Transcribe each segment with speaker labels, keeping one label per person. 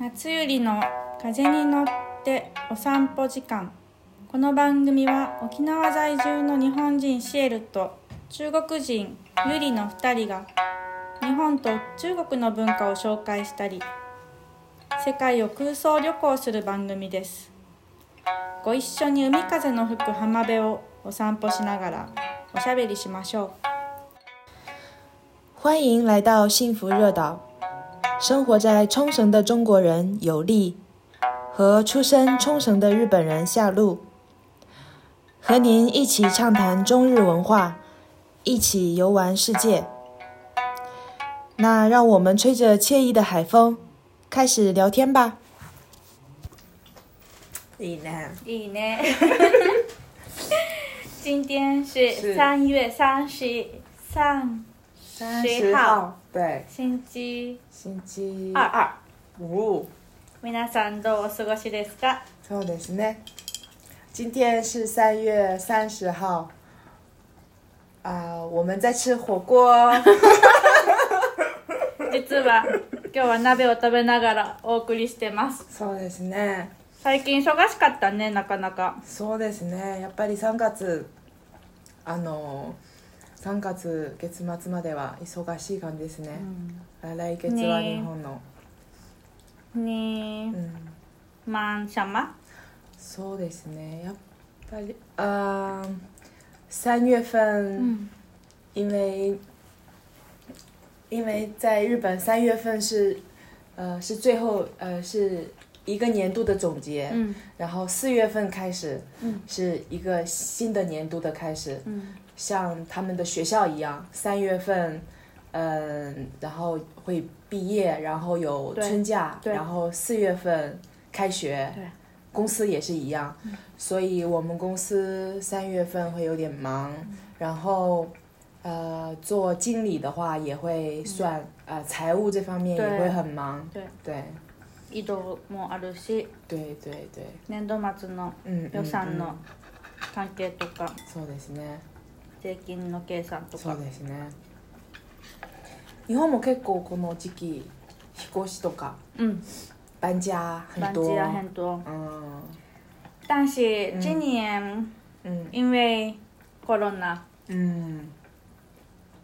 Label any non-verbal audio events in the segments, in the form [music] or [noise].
Speaker 1: 夏ゆりの風に乗ってお散歩時間この番組は沖縄在住の日本人シエルと中国人ゆりの2人が日本と中国の文化を紹介したり世界を空想旅行する番組ですご一緒に海風の吹く浜辺をお散歩しながらおしゃべりしましょ
Speaker 2: 欢迎来到幸福热岛。生活在冲绳的中国人有利和出身冲绳的日本人夏露，和您一起畅谈中日文化，一起游玩世界。那让我们吹着惬意的海风，开始聊天吧。
Speaker 3: いいね。
Speaker 1: ういい [laughs] ね今天是
Speaker 3: 是
Speaker 1: 三月三十三
Speaker 3: 三
Speaker 1: 十号
Speaker 3: 对，
Speaker 1: 星期
Speaker 3: 星期
Speaker 1: 二二
Speaker 3: 五。
Speaker 1: 皆さんどうお過ごしですか
Speaker 3: そうですね。今天是三月三十号。啊、我们在吃火锅。
Speaker 1: 実は今日は鍋を食べながらお送りしてます
Speaker 3: そうですね。
Speaker 1: 最近忙しかったねなかなか
Speaker 3: そうですね。やっぱり三月あの三月月末までは忙しい感じですね。来月は日本の、
Speaker 1: に
Speaker 3: うん、
Speaker 1: マンシャマ
Speaker 3: そうですね。やっぱりあー三月份。
Speaker 1: うん
Speaker 3: 因为因为在日本三月份是呃是最后呃是一个年度的总结，
Speaker 1: うん
Speaker 3: 然后四月份开始
Speaker 1: 嗯
Speaker 3: 是一个新的年度的开始，
Speaker 1: うん
Speaker 3: 像他们的学校一样，三月份。嗯，然后会毕业，然后有
Speaker 1: 对
Speaker 3: 春假，
Speaker 1: 对
Speaker 3: 然后四月份开学
Speaker 1: 对，嗯
Speaker 3: 公司也是一样，所以我们公司三月份会有点忙，
Speaker 1: 嗯
Speaker 3: 然后呃，做经理的话也会算、呃财务这方面
Speaker 1: 嗯对
Speaker 3: 也会很忙，
Speaker 1: 对
Speaker 3: 对
Speaker 1: 移動もあるし
Speaker 3: 对对对，
Speaker 1: 年度末の
Speaker 3: 嗯，
Speaker 1: 予算
Speaker 3: 嗯
Speaker 1: の関係とか
Speaker 3: 嗯そうですね。
Speaker 1: 税金の計算と
Speaker 3: そ
Speaker 1: か
Speaker 3: うですね。日本も結構この時期引っ越しとか
Speaker 1: うん
Speaker 3: 搬家
Speaker 1: 班级
Speaker 3: 很多，
Speaker 1: や変動
Speaker 3: 嗯
Speaker 1: 但是今年
Speaker 3: 嗯
Speaker 1: 因为コロナ
Speaker 3: 嗯，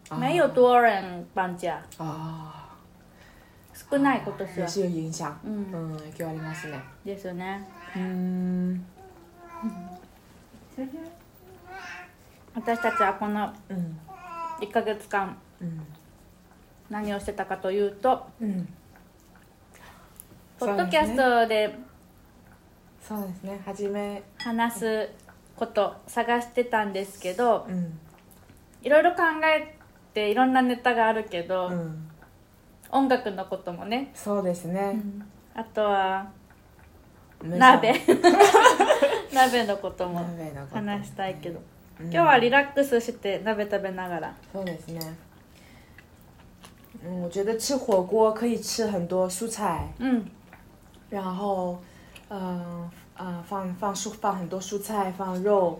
Speaker 3: 啊
Speaker 1: 没有多人搬家
Speaker 3: 啊，
Speaker 1: 少ない今年
Speaker 3: 也
Speaker 1: は
Speaker 3: 是有影响。
Speaker 1: うん
Speaker 3: 嗯，影響ありますね。
Speaker 1: ですよね
Speaker 3: うん
Speaker 1: 私たちはこの
Speaker 3: うん
Speaker 1: 1ヶ月間
Speaker 3: うん
Speaker 1: 何をしてたかというと
Speaker 3: うん。
Speaker 1: ポッドキャストで
Speaker 3: そうですね。はじめ、
Speaker 1: 話すこと探してたんですけど
Speaker 3: うん、
Speaker 1: いろいろ考えていろんなネタがあるけど、
Speaker 3: うん、
Speaker 1: 音楽のこともね
Speaker 3: そうですね。
Speaker 1: あとは
Speaker 3: 梅さん
Speaker 1: 鍋
Speaker 3: [laughs]
Speaker 1: 鍋のことも
Speaker 3: 鍋のこと
Speaker 1: 話したいけど、
Speaker 3: う
Speaker 1: 今
Speaker 3: ん
Speaker 1: 日はリラックスして鍋食べながら
Speaker 3: そうですね。嗯，我觉得吃火锅可以吃很多蔬菜，
Speaker 1: うん
Speaker 3: 然后，嗯、呃、放放蔬放很多蔬菜，放肉，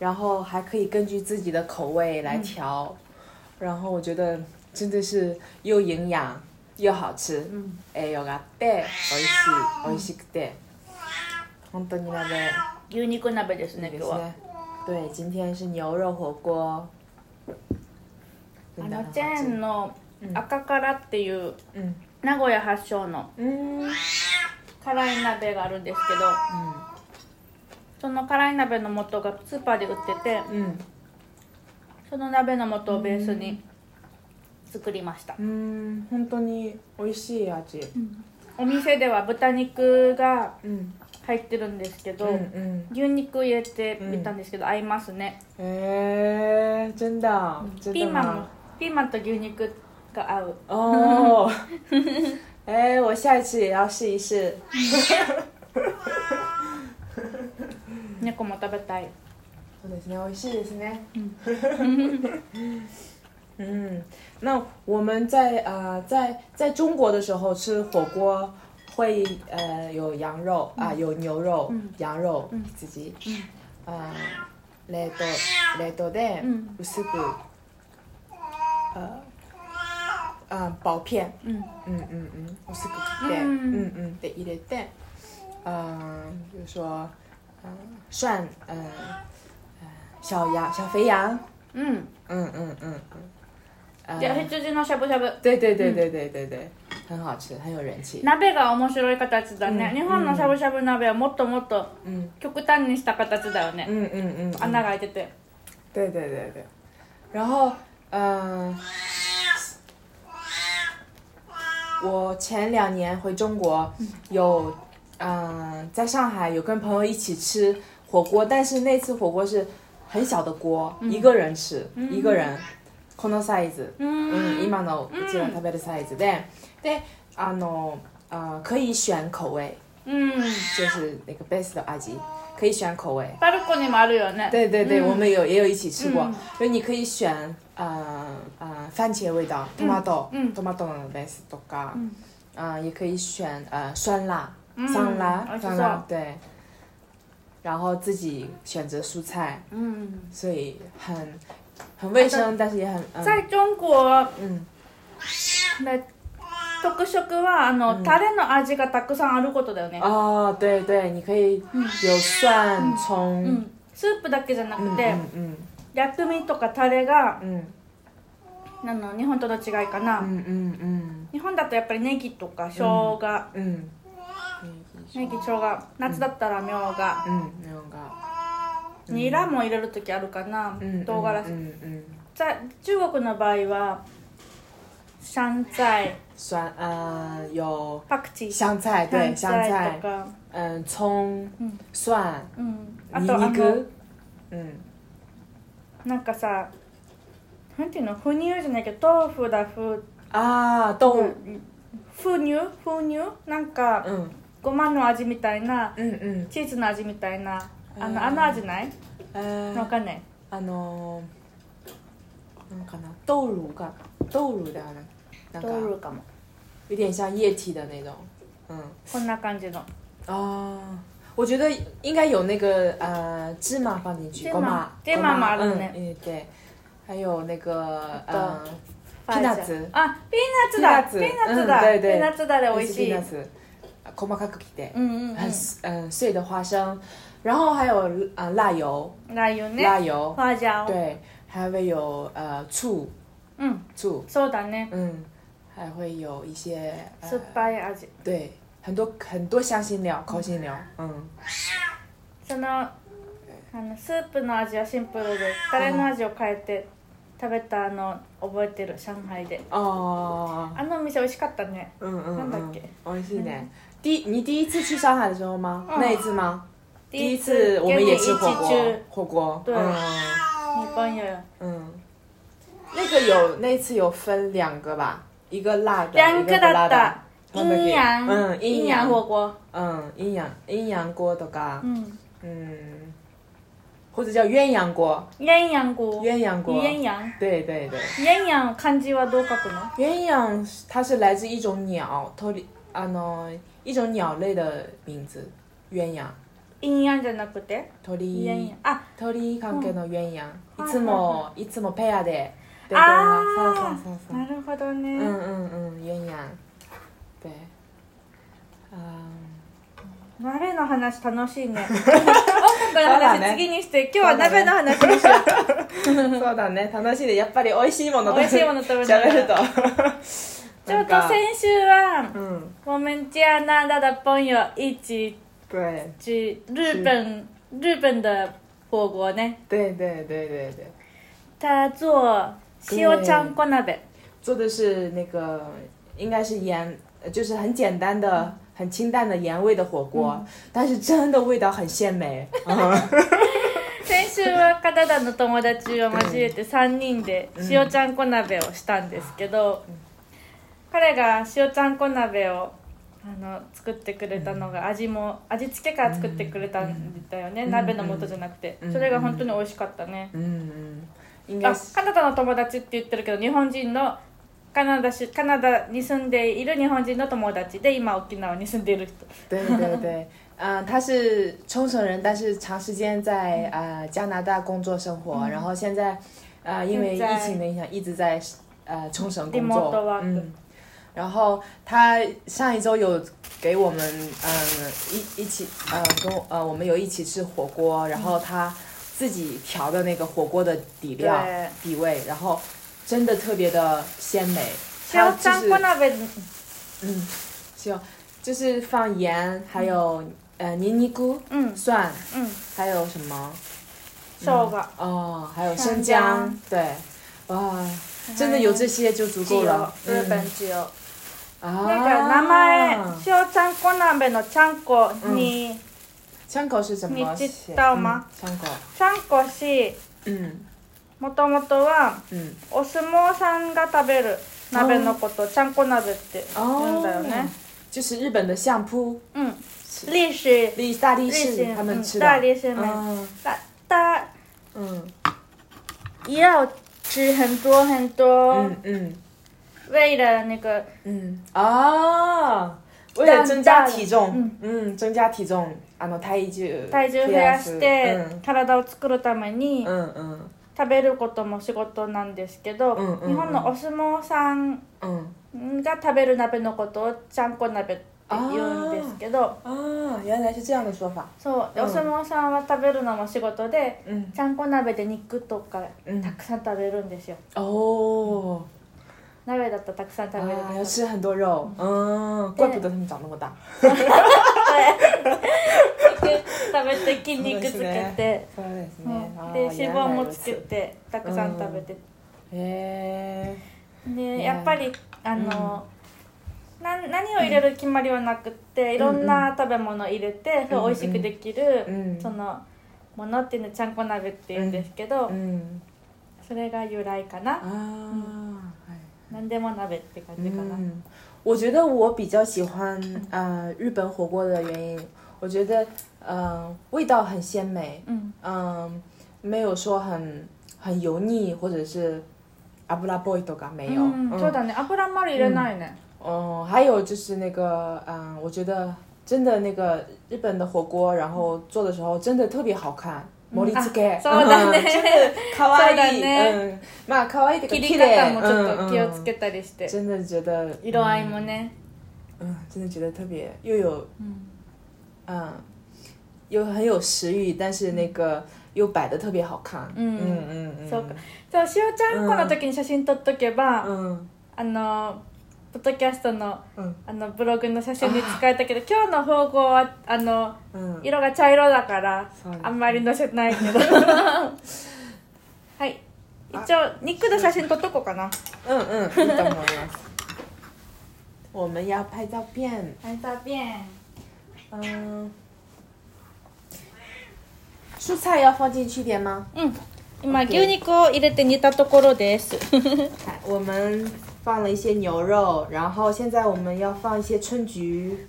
Speaker 3: 然后还可以根据自己的口味来调，然后我觉得真的是又营养又好吃。哎
Speaker 1: うん
Speaker 3: 栄養があって美味しい美味しくて本当に鍋
Speaker 1: 牛肉鍋ですね
Speaker 3: いいで
Speaker 1: 今日
Speaker 3: す
Speaker 1: は
Speaker 3: ね对今天是牛肉火锅
Speaker 1: あの
Speaker 3: 真的很好
Speaker 1: チェーンの赤からっていう
Speaker 3: 吃うん
Speaker 1: 名古屋発祥の
Speaker 3: うん
Speaker 1: 辛い鍋があるんですけどその辛い鍋の素がスーパーで売ってて
Speaker 3: うん
Speaker 1: その鍋の素をベースに作りました
Speaker 3: うん本当に美味しい味
Speaker 1: お店では豚肉が
Speaker 3: うん
Speaker 1: 入ってるんですけど、
Speaker 3: うんうん
Speaker 1: 牛肉入れてみたんですけど、合いますね
Speaker 3: えー真的
Speaker 1: ピ
Speaker 3: 真的
Speaker 1: ーマンも
Speaker 3: 吗
Speaker 1: ピーマンと牛肉が合う
Speaker 3: 哦哎我下一次也要试一试
Speaker 1: 猫も食べたい
Speaker 3: そうですね，美味しいですね。 [laughs] 嗯，那我们在呃在在中国的时候吃火锅会呃有羊肉啊、有牛肉、羊肉、自己啊、呃、冷凍冷凍で
Speaker 1: うん
Speaker 3: 薄く、呃啊、あ薄片
Speaker 1: うん
Speaker 3: うんうんうん薄く切って
Speaker 1: う
Speaker 3: うんんうんで入れて呃比如说呃蒜呃呃小羊小肥羊
Speaker 1: うん
Speaker 3: 嗯嗯嗯嗯呃
Speaker 1: じゃあ羊のしゃぶしゃぶ
Speaker 3: 对对对对对对对很好吃很有人气
Speaker 1: 鍋が面白い形だね、
Speaker 3: うん
Speaker 1: 日本のしゃぶしゃぶ鍋はもっともっと
Speaker 3: 嗯
Speaker 1: 極端にした形だよね、
Speaker 3: 嗯嗯嗯嗯
Speaker 1: 穴が開いてて
Speaker 3: 对对对对，然后嗯、呃，我前两年回中国有嗯、呃在上海有跟朋友一起吃火锅，但是那次火锅是很小的锅，一个人吃，一个人。このサイズ、嗯，今のうちが食べるサイズで、で、あの、啊呃，可以选口味，
Speaker 1: うん
Speaker 3: 就是那个 best 的阿吉，可以选口味，
Speaker 1: バルコニーもあるよね
Speaker 3: 对对对，我们有也有一起吃过
Speaker 1: 嗯，
Speaker 3: 就你可以选呃呃番茄味道 tomato
Speaker 1: 嗯
Speaker 3: tomato のベースとか
Speaker 1: 嗯，
Speaker 3: 嗯，也可以选呃酸辣
Speaker 1: 嗯
Speaker 3: 酸辣
Speaker 1: 而且
Speaker 3: 酸
Speaker 1: 酸
Speaker 3: 辣对，然后自己选择蔬菜，
Speaker 1: うん
Speaker 3: 所以很很卫生，但是也很嗯
Speaker 1: 哎在中国
Speaker 3: 嗯
Speaker 1: で特色はあの、タレの味がたくさんあることだよね
Speaker 3: 哦对对，你可以
Speaker 1: 嗯
Speaker 3: 有蒜
Speaker 1: う
Speaker 3: 葱，
Speaker 1: んスープだけじゃなく
Speaker 3: 嗯
Speaker 1: て、
Speaker 3: 嗯嗯
Speaker 1: 薬味とかタレが
Speaker 3: 嗯
Speaker 1: あの日本との違いかな、
Speaker 3: 嗯嗯嗯
Speaker 1: 日本だとやっぱりネギとか生姜、
Speaker 3: 嗯
Speaker 1: ネギ生姜夏だったらみょうが、
Speaker 3: 嗯，那种感觉
Speaker 1: ニラも入れる時あるかな、
Speaker 3: 嗯
Speaker 1: 唐辛子、
Speaker 3: 嗯嗯。嗯
Speaker 1: じゃ中国の場合は香菜
Speaker 3: 酸呃有
Speaker 1: パクチー
Speaker 3: 香菜对香菜
Speaker 1: と，か
Speaker 3: 嗯葱
Speaker 1: 嗯
Speaker 3: 蒜
Speaker 1: うんあ
Speaker 3: 尼
Speaker 1: とあの
Speaker 3: 尼哥，嗯
Speaker 1: なんかさなんていうの腐乳じゃないけど豆腐だ腐
Speaker 3: 啊豆
Speaker 1: 腐乳腐乳なんか
Speaker 3: 嗯
Speaker 1: ごまの味みたいな
Speaker 3: 嗯嗯
Speaker 1: チーズの味みたいなあ
Speaker 3: うん
Speaker 1: のあの味ないわ
Speaker 3: 呃
Speaker 1: かんない
Speaker 3: あのなんかな豆乳か豆乳的啊なんか
Speaker 1: どうかも
Speaker 3: 有点像液体的那种，嗯
Speaker 1: こんな感じの
Speaker 3: 哦。我觉得应该有那个呃芝麻放进去，
Speaker 1: 芝麻
Speaker 3: 狗麻
Speaker 1: 芝麻
Speaker 3: 狗
Speaker 1: 麻
Speaker 3: 麻
Speaker 1: 的
Speaker 3: 嗯
Speaker 1: 那
Speaker 3: 嗯对，还有那个
Speaker 1: 豆
Speaker 3: 嗯ピーナッツ
Speaker 1: あピーナッツだピ
Speaker 3: ピ
Speaker 1: ー
Speaker 3: ー
Speaker 1: ナッ
Speaker 3: ナッツ
Speaker 1: ツだ
Speaker 3: うん
Speaker 1: ピーナッツだで美
Speaker 3: 对对
Speaker 1: 味し
Speaker 3: ピー
Speaker 1: い
Speaker 3: ナッツ細かく切って
Speaker 1: う、んうん
Speaker 3: 很
Speaker 1: う
Speaker 3: 嗯碎的花生，然后还有呃辣油，
Speaker 1: んラー油
Speaker 3: 嗯辣
Speaker 1: ね
Speaker 3: 油
Speaker 1: フ，ァージャオ
Speaker 3: 对，还会有呃醋
Speaker 1: うん
Speaker 3: 醋，
Speaker 1: そうだね
Speaker 3: 嗯，还会有一些呃
Speaker 1: 酸っぱい味
Speaker 3: 对很多很多香辛料、口辛料，嗯
Speaker 1: そのあのスープの味はシンプルでタレの味を変えて食べたの覚えてる上海で
Speaker 3: 哦，
Speaker 1: あのお店美味しかったね
Speaker 3: 嗯
Speaker 1: 那
Speaker 3: 嗯
Speaker 1: 么
Speaker 3: 嗯
Speaker 1: 给，
Speaker 3: 我是呢。第你第一次去上海的时候吗？
Speaker 1: 嗯
Speaker 3: 那一次吗？第一次我们也吃火
Speaker 1: 跟你一起
Speaker 3: 锅，火锅，
Speaker 1: 对
Speaker 3: 嗯
Speaker 1: 日本よ
Speaker 3: 嗯，那个有那次有分两个吧，一个辣的，
Speaker 1: 两
Speaker 3: 一
Speaker 1: 个
Speaker 3: 个
Speaker 1: だ
Speaker 3: 不
Speaker 1: っ
Speaker 3: 辣的
Speaker 1: た。
Speaker 3: 他们
Speaker 1: 陰
Speaker 3: 给
Speaker 1: 陽
Speaker 3: 嗯，
Speaker 1: 陰
Speaker 3: 阴
Speaker 1: 陽
Speaker 3: 阳
Speaker 1: 火锅
Speaker 3: 嗯，阴阳阴阳锅とか
Speaker 1: う，ん
Speaker 3: 嗯，或者叫鸳鸯锅，
Speaker 1: 鸳鸯锅
Speaker 3: 鸳鸯锅，
Speaker 1: 鸳鸯
Speaker 3: 对对对，
Speaker 1: 鸳鸯漢字はどう書くの
Speaker 3: 鸳鸯是它是来自一种鸟，脱离啊喏一种鸟类的名字，鸳鸯，
Speaker 1: 陰陽じゃなくて
Speaker 3: 脱
Speaker 1: 鸳
Speaker 3: 离
Speaker 1: 鸯あ
Speaker 3: 脱离関係の鸳鸯，
Speaker 1: 嗯啊
Speaker 3: いつもいつもペアで、啊对对
Speaker 1: あ
Speaker 3: そうそう
Speaker 1: ー
Speaker 3: そうそう
Speaker 1: な。るほどね、
Speaker 3: 嗯嗯嗯，鸳鸯，对，
Speaker 1: 嗯
Speaker 3: 啊、
Speaker 1: 鍋の話楽しいね音楽 [laughs] の話次にして、今日は鍋の話にしよ
Speaker 3: そうだね、楽しいで、やっぱり美味しいも
Speaker 1: う
Speaker 3: の
Speaker 1: 美味しいもの食べなが
Speaker 3: [laughs] 喋る
Speaker 1: ら [laughs]
Speaker 3: と。
Speaker 1: ちょっと先週は
Speaker 3: うん、
Speaker 1: 我们家那大的朋友一起
Speaker 3: 对，
Speaker 1: 去日本日本的火锅呢，
Speaker 3: 对对对对对，
Speaker 1: 他做塩ちゃんこ鍋，
Speaker 3: 做的是那个应该是盐，呃就是很简单的、很清淡的盐味的火锅，
Speaker 1: 嗯
Speaker 3: 但是真的味道很
Speaker 1: [laughs]
Speaker 3: 鲜美。嗯
Speaker 1: 先週はカナダの友達を交えて3人で塩ちゃんこ鍋をしたんですけど、彼が塩ちゃんこ鍋をあの作ってくれたのが味も味付けから作ってくれたんだよね、鍋の素じゃなくて、
Speaker 3: うん
Speaker 1: それが本当に美味しかったね、
Speaker 3: 嗯嗯，应
Speaker 1: あ
Speaker 3: 该是
Speaker 1: カナダの友達って言ってるけど日本人のカナダしカナダに住んでいる日本人の友達で今沖縄に住んでいる人
Speaker 3: [laughs] 对对对。嗯、他是冲绳人，但是长时间在呃加拿大工作生活，然后现在，呃，因为
Speaker 1: 现在
Speaker 3: 疫情的影响，一直在呃冲绳
Speaker 1: リ
Speaker 3: 工
Speaker 1: モー
Speaker 3: 作
Speaker 1: トワー。ク
Speaker 3: 嗯然后他上一周有给我们，嗯，一一起，呃，跟我呃，我们有一起吃火锅，然后他自己调的那个火锅的底料
Speaker 1: 对、
Speaker 3: 底味，然后真的特别的鲜美。他
Speaker 1: 塩ち
Speaker 3: 就
Speaker 1: ゃんこ
Speaker 3: 是
Speaker 1: 鍋
Speaker 3: 嗯，就就是放盐，还有、呃尼尼菇、
Speaker 1: うん
Speaker 3: 蒜，
Speaker 1: うん
Speaker 3: 还有什么
Speaker 1: 生姜
Speaker 3: 哦，还有
Speaker 1: 生
Speaker 3: 生
Speaker 1: 姜
Speaker 3: 姜，对，哇，真的有这些就足够了。
Speaker 1: 塩日本
Speaker 3: 嗯
Speaker 1: 塩
Speaker 3: 啊，
Speaker 1: なんか名前塩ちゃんこ鍋のちゃんこに
Speaker 3: 枪口是怎么写？
Speaker 1: 你知道吗
Speaker 3: 嗯？枪口，
Speaker 1: ちゃんこし
Speaker 3: 嗯
Speaker 1: もともとは
Speaker 3: 嗯，
Speaker 1: お相撲さんが食べる鍋のことちゃんこ鍋って言うんだよね。
Speaker 3: 哦就是日本的相扑，
Speaker 1: うん。历史
Speaker 3: 力大
Speaker 1: 力
Speaker 3: 力士
Speaker 1: 士
Speaker 3: 他们
Speaker 1: 嗯
Speaker 3: 吃的，
Speaker 1: 大力士们
Speaker 3: 嗯
Speaker 1: 大大
Speaker 3: 嗯
Speaker 1: 要吃很多很多
Speaker 3: 嗯，嗯
Speaker 1: 为了那个
Speaker 3: 嗯啊，为了增加体重，嗯，增加体重，あの体重
Speaker 1: 体重増やして
Speaker 3: うん
Speaker 1: 体を作るために
Speaker 3: 嗯嗯
Speaker 1: 食べることも仕事なんですけど、
Speaker 3: うんうんうん
Speaker 1: 日本のお相撲さん
Speaker 3: 嗯
Speaker 1: が食べる鍋のことをちゃんこ鍋って言うんですけど
Speaker 3: 啊，原来是这样的说法，
Speaker 1: そうで
Speaker 3: うん
Speaker 1: お相撲さんは食べるのも仕事で、
Speaker 3: 嗯
Speaker 1: ちゃんこ鍋で肉とか
Speaker 3: 嗯
Speaker 1: たくさん食べるんですよ
Speaker 3: 哦。
Speaker 1: 鍋だったらたくさん食べるん
Speaker 3: 啊，要
Speaker 1: です
Speaker 3: 吃很多肉，嗯，怪不得他们长那么大。
Speaker 1: 食べて筋肉つけ
Speaker 3: そうです
Speaker 1: て、
Speaker 3: そうです
Speaker 1: うん
Speaker 3: ね。あー
Speaker 1: で脂肪もつ。
Speaker 3: 原来
Speaker 1: け
Speaker 3: 如此
Speaker 1: てたくさん食べて、
Speaker 3: へ
Speaker 1: で
Speaker 3: ね
Speaker 1: やっぱりあの、な何を入れる決まりはなくていろんな食べ物入れて、そう美味しくできる、
Speaker 3: うん
Speaker 1: そのものっていうのちゃんこ鍋って言うんですけど、
Speaker 3: え。うん。
Speaker 1: それが由来かな、
Speaker 3: 啊，哎
Speaker 1: 何でも鍋って感じかな、
Speaker 3: 嗯，我觉得我比较喜欢呃日本火锅的原因，我觉得呃味道很鲜美，
Speaker 1: うん
Speaker 3: 嗯，没有说很很油腻或者是阿布拉 boy 都感没有，
Speaker 1: うんそう
Speaker 3: 嗯，
Speaker 1: だね油あんまり入れないね、
Speaker 3: 嗯，还有就是那个嗯，我觉得真的那个日本的火锅，然后做的时候真的特别好看。盛り付け、
Speaker 1: あ嗯啊そうだね
Speaker 3: 嗯真的可
Speaker 1: そうだ
Speaker 3: 愛い、
Speaker 1: ね
Speaker 3: 嗯，まあ可愛いというか
Speaker 1: 切り
Speaker 3: 綺麗
Speaker 1: 方
Speaker 3: 嗯
Speaker 1: もちょっと気をつけたりして、
Speaker 3: 真的觉得
Speaker 1: 色合いもね、
Speaker 3: 嗯，真的觉得特别又有嗯，又很有食欲，但是那个又摆的特别好看。
Speaker 1: 嗯
Speaker 3: 嗯嗯嗯，
Speaker 1: そうかそうしおちゃんこの時に写真撮っとけば、
Speaker 3: 嗯
Speaker 1: あのポッドキャストの
Speaker 3: 嗯
Speaker 1: あのブログの写真に使えたけど今日の方向はあの
Speaker 3: 嗯，
Speaker 1: 色が茶色だから
Speaker 3: そうですね
Speaker 1: あんまり載せてないけ
Speaker 3: [laughs]
Speaker 1: どはい一応肉の写真撮っとこうかな
Speaker 3: 嗯嗯，你懂我了。我们要拍照片，
Speaker 1: はいさピエン
Speaker 3: 嗯，蔬菜要放进去点吗？
Speaker 1: うん今牛肉を入れて煮たところです
Speaker 3: 哎我们放了一些牛肉，然后现在我们要放一些春菊，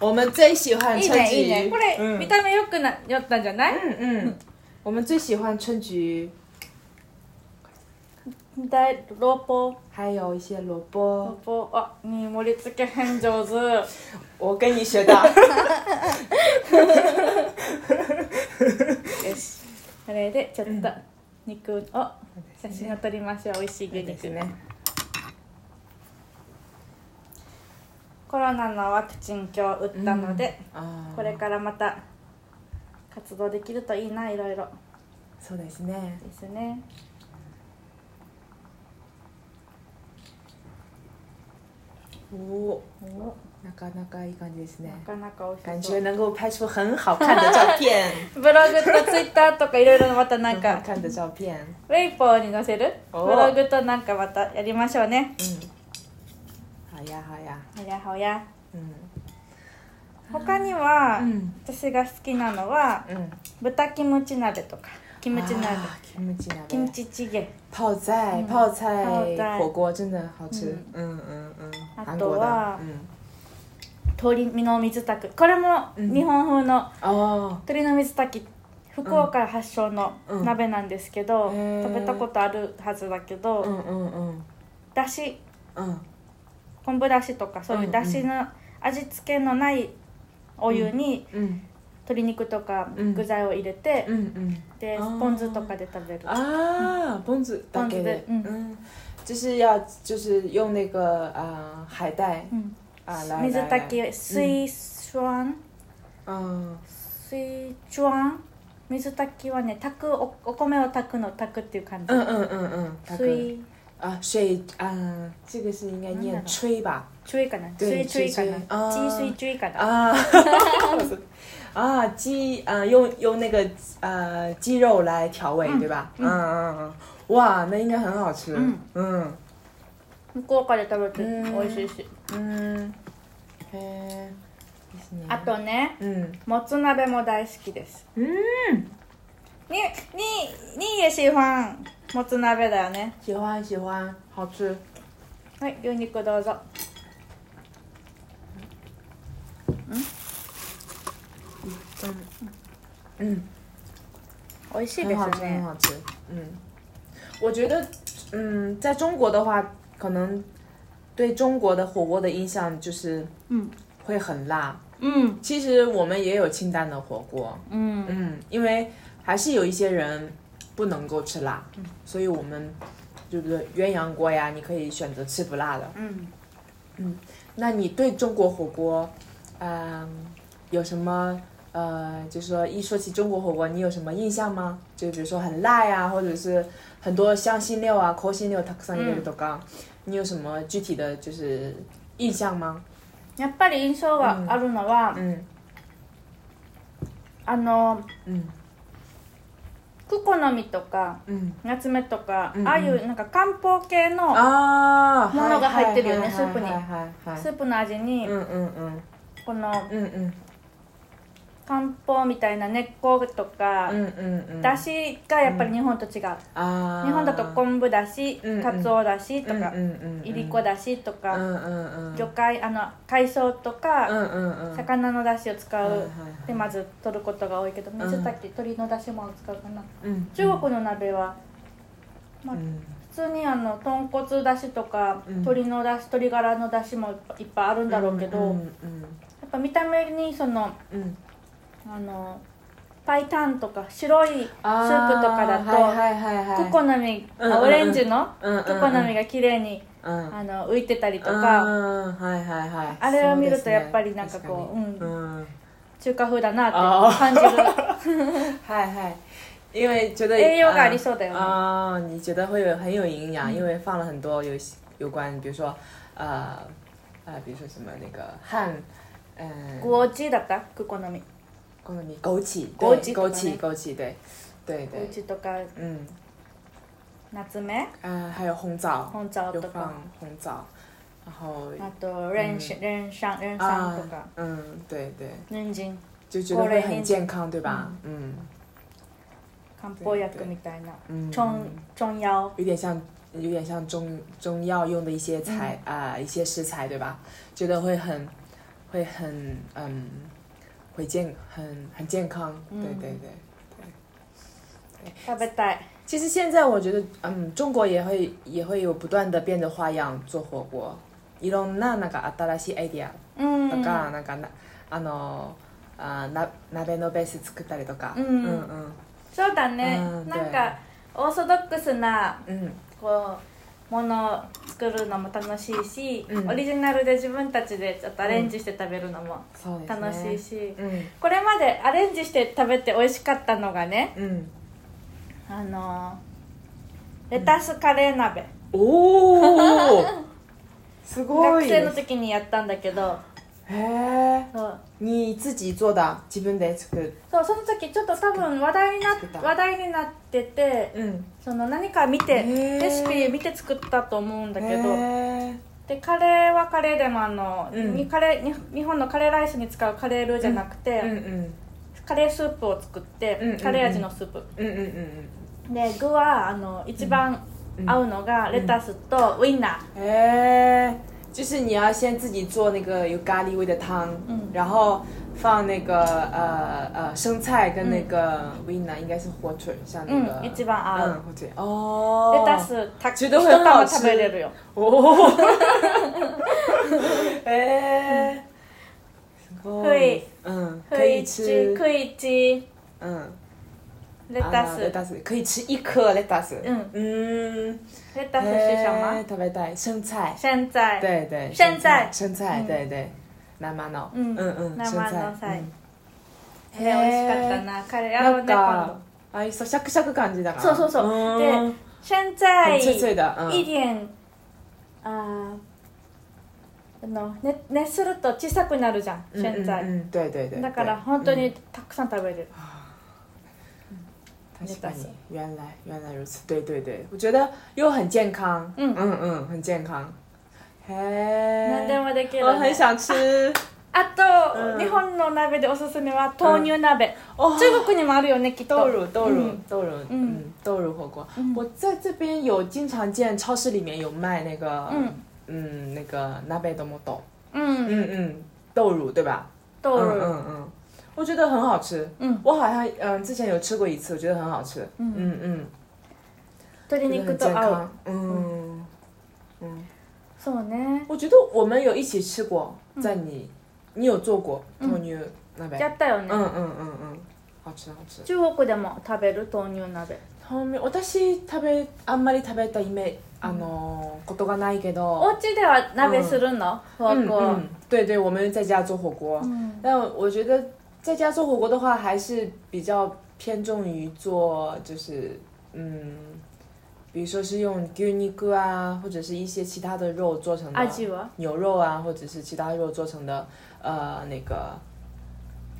Speaker 3: 我们最喜欢
Speaker 1: いい
Speaker 3: 春
Speaker 1: ね
Speaker 3: 菊，
Speaker 1: いいねこれ、
Speaker 3: 嗯
Speaker 1: 見た目良くなよったんじゃない、
Speaker 3: 嗯嗯，我们最喜欢春菊，
Speaker 1: だいローポ
Speaker 3: 还有一些萝
Speaker 1: ロー
Speaker 3: 卜。
Speaker 1: ポあに盛り付け変上手
Speaker 3: 我跟你
Speaker 1: [laughs]
Speaker 3: 学的。
Speaker 1: よしこれでちょっと肉を写真を撮りましょう美味しい牛肉ねコロナのワクチン今日打ったので、
Speaker 3: あー
Speaker 1: これからまた活動できるといいないろいろ
Speaker 3: そうですね。
Speaker 1: ですね
Speaker 3: お
Speaker 1: お
Speaker 3: なかなかいい感じですね
Speaker 1: な。かなか美
Speaker 3: 感
Speaker 1: 味しそ
Speaker 3: 觉
Speaker 1: う
Speaker 3: 能够拍出很好看的照片，
Speaker 1: ブログとツイッターとかいろいろまた [laughs] なん
Speaker 3: 很好
Speaker 1: か
Speaker 3: 看的照片。
Speaker 1: ウェイポーに載せるブ
Speaker 3: お
Speaker 1: ログとなんかまたやりましょうね
Speaker 3: 好呀好呀，
Speaker 1: ほやほや
Speaker 3: 嗯
Speaker 1: 他には、
Speaker 3: ん
Speaker 1: 私が好きなのは
Speaker 3: 嗯。
Speaker 1: 豚キムチ鍋とかキムチ鍋、
Speaker 3: 啊キムチ鍋
Speaker 1: キムチチゲ
Speaker 3: 泡菜泡
Speaker 1: 泡
Speaker 3: 菜
Speaker 1: 菜
Speaker 3: 火锅真的好吃。嗯嗯嗯，
Speaker 1: あとは
Speaker 3: 韩国的。嗯
Speaker 1: 鶏の水炊きこれも
Speaker 3: うん
Speaker 1: 日本風の
Speaker 3: 哦，
Speaker 1: 鶏の水炊き福岡発祥の
Speaker 3: うん
Speaker 1: 鍋なんですけど、
Speaker 3: へー
Speaker 1: 食べたことあるはずだけど、
Speaker 3: 嗯嗯嗯
Speaker 1: だし
Speaker 3: 嗯
Speaker 1: 昆布だしとかそういうだしの味付けのないお湯に
Speaker 3: 嗯
Speaker 1: 鶏肉とか
Speaker 3: うん
Speaker 1: 具材を入れて、
Speaker 3: 嗯嗯。
Speaker 1: で
Speaker 3: あー
Speaker 1: ポン酢とかで食べる
Speaker 3: 啊ああ、ポン酢だけで。
Speaker 1: ポン酢でうん
Speaker 3: ん嗯就是要就是用那个呃海带，
Speaker 1: 嗯
Speaker 3: 啊来
Speaker 1: 水
Speaker 3: 来来，
Speaker 1: 炊き水栓
Speaker 3: 嗯
Speaker 1: 水栓水炊きはね炊くおお米を炊くの炊くっていう感じ、
Speaker 3: 嗯嗯嗯嗯，大哥
Speaker 1: 水
Speaker 3: 啊水啊，这个是应该
Speaker 1: なんだろ
Speaker 3: 念
Speaker 1: う
Speaker 3: 吹吧？
Speaker 1: 注意かな
Speaker 3: 对
Speaker 1: 水注意かな
Speaker 3: 水あー
Speaker 1: 地水注意かな
Speaker 3: 啊 [laughs] 啊鸡啊，用用那个呃鸡肉来调味，对吧？嗯嗯嗯，哇，那应该很好吃。
Speaker 1: 嗯
Speaker 3: 嗯
Speaker 1: 向こうから食べて
Speaker 3: うん
Speaker 1: 美味しいし
Speaker 3: 嗯，へえいいですね
Speaker 1: あとね
Speaker 3: 嗯
Speaker 1: もつ鍋も大好きです
Speaker 3: 嗯，
Speaker 1: ににに也喜欢もつ鍋だよね
Speaker 3: 喜欢喜欢，好吃。
Speaker 1: はい牛肉どうぞ
Speaker 3: 嗯嗯，
Speaker 1: 美味しい
Speaker 3: 很
Speaker 1: で
Speaker 3: 好吃
Speaker 1: す
Speaker 3: 很
Speaker 1: ね
Speaker 3: 好吃。嗯，我觉得嗯，在中国的话，可能对中国的火锅的印象就是
Speaker 1: 嗯
Speaker 3: 会很辣。
Speaker 1: うん
Speaker 3: 其实我们也有清淡的火锅，
Speaker 1: うん
Speaker 3: 嗯，因为还是有一些人不能够吃辣，所以我们就是鸳鸯锅呀，你可以选择吃不辣的。
Speaker 1: うん
Speaker 3: 那你对中国火锅，嗯、有什么呃，就是说一说起中国火锅，你有什么印象吗？就比如说很辣呀，或者是很多香辛料啊、口辛料、たくさん入れると
Speaker 1: 嗯
Speaker 3: か，你有什么具体的就是印象吗？
Speaker 1: やっぱり印象があるのは、
Speaker 3: 嗯
Speaker 1: あの
Speaker 3: 嗯
Speaker 1: クコの実とか
Speaker 3: 嗯
Speaker 1: 夏目とか、
Speaker 3: うんうん
Speaker 1: ああいうなんか漢方系の
Speaker 3: 啊，
Speaker 1: ものが入ってるよねスープに
Speaker 3: はいはいはい
Speaker 1: スープの味に、
Speaker 3: うんうんうん
Speaker 1: この
Speaker 3: うんうん
Speaker 1: 漢方みたいな根っことか、
Speaker 3: うんうんうん
Speaker 1: だしがやっぱり日本と違う、
Speaker 3: あー
Speaker 1: 日本だと昆布だし、
Speaker 3: うんうん
Speaker 1: かつおだしとか
Speaker 3: うん、うんうんうん
Speaker 1: いりこだしと
Speaker 3: う
Speaker 1: か、
Speaker 3: んうんうん
Speaker 1: 魚介あの海藻と
Speaker 3: う
Speaker 1: か、
Speaker 3: んうんうん
Speaker 1: 魚のだしを使う、
Speaker 3: はいはいはい
Speaker 1: でまず取ることが多いけど
Speaker 3: ん
Speaker 1: 水炊き、鶏のだしも使うかな
Speaker 3: うん
Speaker 1: 中国の鍋は
Speaker 3: うん
Speaker 1: 普通にあの豚骨だしとか、
Speaker 3: うん
Speaker 1: 鶏のだし鶏ガラのだしもいっぱいあるんだろうけど、
Speaker 3: うん
Speaker 1: やっぱ見た目にその
Speaker 3: うんうん
Speaker 1: あのパイタンとか白いスープと
Speaker 3: あー
Speaker 1: かだと、
Speaker 3: はいはいはいは
Speaker 1: コ
Speaker 3: い
Speaker 1: コナミ、あ
Speaker 3: うんうんうん
Speaker 1: オレンジの
Speaker 3: うんうんうん
Speaker 1: ココナミが綺麗に
Speaker 3: うん
Speaker 1: あの浮いてたりと
Speaker 3: う
Speaker 1: か
Speaker 3: んはいはいはい
Speaker 1: あれを見る
Speaker 3: そう
Speaker 1: と
Speaker 3: ですね
Speaker 1: やっぱりなんかこう
Speaker 3: 確かにうん
Speaker 1: 中華風だなって感じ
Speaker 3: [laughs]
Speaker 1: る
Speaker 3: はいはい因为觉得
Speaker 1: 栄養がありそうだよね
Speaker 3: 啊、啊你觉得会有很有营养，因为放了很多有有关，比如说，呃，呃，比如说什么那个汉，嗯、
Speaker 1: グオチだったクコナミ
Speaker 3: 我的米枸杞，
Speaker 1: 枸
Speaker 3: 对
Speaker 1: 杞と
Speaker 3: 枸
Speaker 1: かね
Speaker 3: 杞，枸杞，对，对
Speaker 1: グオ
Speaker 3: 对，
Speaker 1: チとか
Speaker 3: 嗯，
Speaker 1: ナツメ
Speaker 3: 啊、还有红枣，
Speaker 1: 本茶
Speaker 3: 有
Speaker 1: とか
Speaker 3: 放红枣，然后
Speaker 1: あとレンシレンシャンレンサンとか
Speaker 3: 嗯，对对，
Speaker 1: ニンジン
Speaker 3: 就觉得会很健康，对吧？嗯
Speaker 1: 漢方薬みたいな
Speaker 3: 嗯，
Speaker 1: チョンチョンヤオ
Speaker 3: 有点像，有点像中中药用的一些材啊、一些食材，对吧？觉得会很，会很，嗯，会健，很很健康，对
Speaker 1: 嗯
Speaker 3: 对对。
Speaker 1: 食べたい
Speaker 3: 其实现在我觉得，嗯，中国也会也会有不断的变着花样做火锅。いろんななんか新しいアイディア
Speaker 1: うん
Speaker 3: とか、なんかなあのあな鍋のベース作ったりとか、
Speaker 1: うん
Speaker 3: うんうん
Speaker 1: そうだね
Speaker 3: うん
Speaker 1: なんかオーソドックスな
Speaker 3: うん
Speaker 1: こうものを作るのも楽しいし、
Speaker 3: うん
Speaker 1: オリジナルで自分たちでちょっとアレンジして食べるのも
Speaker 3: そうですね。
Speaker 1: 楽しいし、
Speaker 3: うん
Speaker 1: これまでアレンジして食べて美味しかったのがね [laughs]
Speaker 3: うん。
Speaker 1: あのレタスカレー鍋、
Speaker 3: おお、すご
Speaker 1: 学
Speaker 3: い。
Speaker 1: 生の時にやったんだけど
Speaker 3: へえ。
Speaker 1: そう
Speaker 3: 你自己做的，自分で作る。
Speaker 1: そうその時ちょっと多分話題にな
Speaker 3: 作った
Speaker 1: 話題になってて
Speaker 3: うん。
Speaker 1: その何か見て
Speaker 3: へー
Speaker 1: レシピ見て作ったと思うんだけど。
Speaker 3: へえ
Speaker 1: でカレーはカレーでもあの、
Speaker 3: うん
Speaker 1: にカレーに日本のカレーライスに使うカレールーじゃなくて、
Speaker 3: うんうん
Speaker 1: カレースープを作って、
Speaker 3: うんうんうん
Speaker 1: カレー味のスープ
Speaker 3: うんうんうん
Speaker 1: で具はあの一番
Speaker 3: うん。
Speaker 1: 合うのがレタスとウインナー、
Speaker 3: 哎，就是你要先自己做那个有咖喱味的汤，
Speaker 1: 嗯
Speaker 3: 然后放那个呃呃生菜跟那个维纳、应该是火腿，像那个、
Speaker 1: 嗯一般啊
Speaker 3: 嗯火腿哦，
Speaker 1: レタスた
Speaker 3: ち
Speaker 1: 一
Speaker 3: ょっと待って
Speaker 1: 玉食べれるよ
Speaker 3: 哦，哎，すご
Speaker 1: 可以
Speaker 3: 嗯，可
Speaker 1: ク
Speaker 3: 以
Speaker 1: イチ
Speaker 3: 吃，
Speaker 1: クイチ
Speaker 3: 嗯
Speaker 1: レタ
Speaker 3: あのレ
Speaker 1: ス。
Speaker 3: タス可以吃一颗レタス。
Speaker 1: 嗯，
Speaker 3: 嗯，
Speaker 1: レタス是什
Speaker 3: 哎
Speaker 1: 么？
Speaker 3: 特别带生菜。
Speaker 1: 现在。
Speaker 3: 对对，
Speaker 1: 生菜
Speaker 3: 生菜，
Speaker 1: 嗯
Speaker 3: 对对，生の。
Speaker 1: 嗯
Speaker 3: 嗯嗯，
Speaker 1: 生の
Speaker 3: 生
Speaker 1: 菜
Speaker 3: 菜。嗯
Speaker 1: ね美味しかったな。彼らを
Speaker 3: なん
Speaker 1: ね、今
Speaker 3: か、あいそうシャクシャク感じだな。
Speaker 1: そうそうそう
Speaker 3: う
Speaker 1: で
Speaker 3: ん
Speaker 1: 度现在
Speaker 3: 很脆脆的，
Speaker 1: 一
Speaker 3: 嗯，
Speaker 1: 点啊。あのね、熱すると小さくなるじゃん、
Speaker 3: 嗯
Speaker 1: 現在、
Speaker 3: 嗯嗯对对对，
Speaker 1: だから
Speaker 3: 对
Speaker 1: 本当に
Speaker 3: 嗯
Speaker 1: たくさん食べれる、
Speaker 3: 確か
Speaker 1: レタ
Speaker 3: に
Speaker 1: ス
Speaker 3: 原来原来如此，对对对，我觉得又很健康，
Speaker 1: 嗯
Speaker 3: 嗯嗯，很健康，嘿，
Speaker 1: 何でもできる、ね、
Speaker 3: 我很
Speaker 1: [laughs]
Speaker 3: 想吃
Speaker 1: あと、
Speaker 3: うん
Speaker 1: 日本の鍋でおすすめは豆乳鍋、
Speaker 3: 哦，
Speaker 1: 中国にもあるよねきっと
Speaker 3: 豆乳豆乳
Speaker 1: 嗯
Speaker 3: 豆乳，
Speaker 1: 嗯
Speaker 3: 嗯，豆乳火锅
Speaker 1: 嗯，
Speaker 3: 我在这边有经常见，超市里面有卖那个，
Speaker 1: 嗯
Speaker 3: 嗯，那个那贝多么豆，
Speaker 1: うん、
Speaker 3: 嗯嗯，豆乳对吧？
Speaker 1: 豆乳、
Speaker 3: 嗯嗯嗯，我觉得很好吃。
Speaker 1: 嗯
Speaker 3: 我好像嗯之前有吃过一次，我觉得很好吃。
Speaker 1: 嗯
Speaker 3: 嗯嗯，
Speaker 1: 鶏肉と
Speaker 3: 觉得很健
Speaker 1: 合う
Speaker 3: 康。嗯嗯，
Speaker 1: そうね
Speaker 3: 我觉得我们有一起吃过，在你你有做过豆乳那边
Speaker 1: や？ったよね、
Speaker 3: 嗯嗯嗯嗯，好吃好吃。
Speaker 1: 中国でも食べる豆乳鍋
Speaker 3: 豆乳私食べあんまり食べたイメあのことがないけ
Speaker 1: お
Speaker 3: ど。
Speaker 1: 家では鍋するの、火
Speaker 3: 嗯
Speaker 1: 锅、
Speaker 3: 嗯，对对，我们在家做火锅。
Speaker 1: 嗯
Speaker 3: 但我觉得在家做火锅的话，还是比较偏重于做，就是嗯，比如说是用牛肉啊，或者是一些其他的肉做成的
Speaker 1: 味は
Speaker 3: 牛肉啊，或者是其他肉做成的呃那个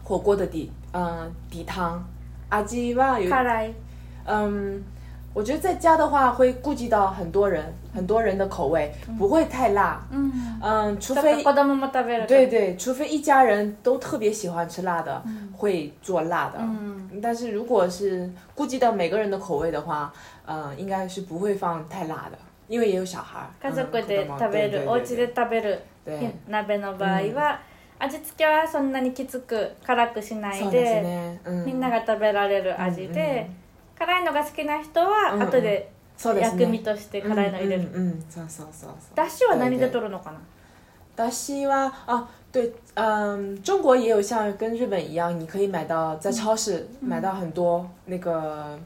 Speaker 3: 火锅的底呃底汤。阿基哇，有
Speaker 1: 辛い
Speaker 3: 嗯，我觉得在家的话会顾及到很多人很多人的口味，
Speaker 1: 嗯
Speaker 3: 不会太辣。
Speaker 1: うん
Speaker 3: 嗯，除
Speaker 1: ちょっ
Speaker 3: 非
Speaker 1: と子供も食べる
Speaker 3: 对对，除非一家人都特别喜欢吃辣的，会做辣的。
Speaker 1: 嗯
Speaker 3: 但是如果是顾及到每个人的口味的话，呃，应该是不会放太辣的，因为也有小孩儿。
Speaker 1: 家
Speaker 3: 嗯
Speaker 1: 族で
Speaker 3: 子供
Speaker 1: 食べる、
Speaker 3: 对
Speaker 1: お
Speaker 3: 对
Speaker 1: 家で食べる
Speaker 3: 对对
Speaker 1: 鍋の場合は、味付けはそんなにきつく辛くしな
Speaker 3: そう
Speaker 1: い
Speaker 3: です
Speaker 1: で
Speaker 3: ね。うん
Speaker 1: みんなが食べられる味で、辛いのが好きな人は
Speaker 3: うんうん
Speaker 1: 後で
Speaker 3: そうですね
Speaker 1: 薬味として辛いの入れる、
Speaker 3: うんうんうんそうそうそうそう。
Speaker 1: だしは何で取るのかな
Speaker 3: 达西哇啊，对，嗯，中国也有像跟日本一样，你可以买到在超市买到很多那个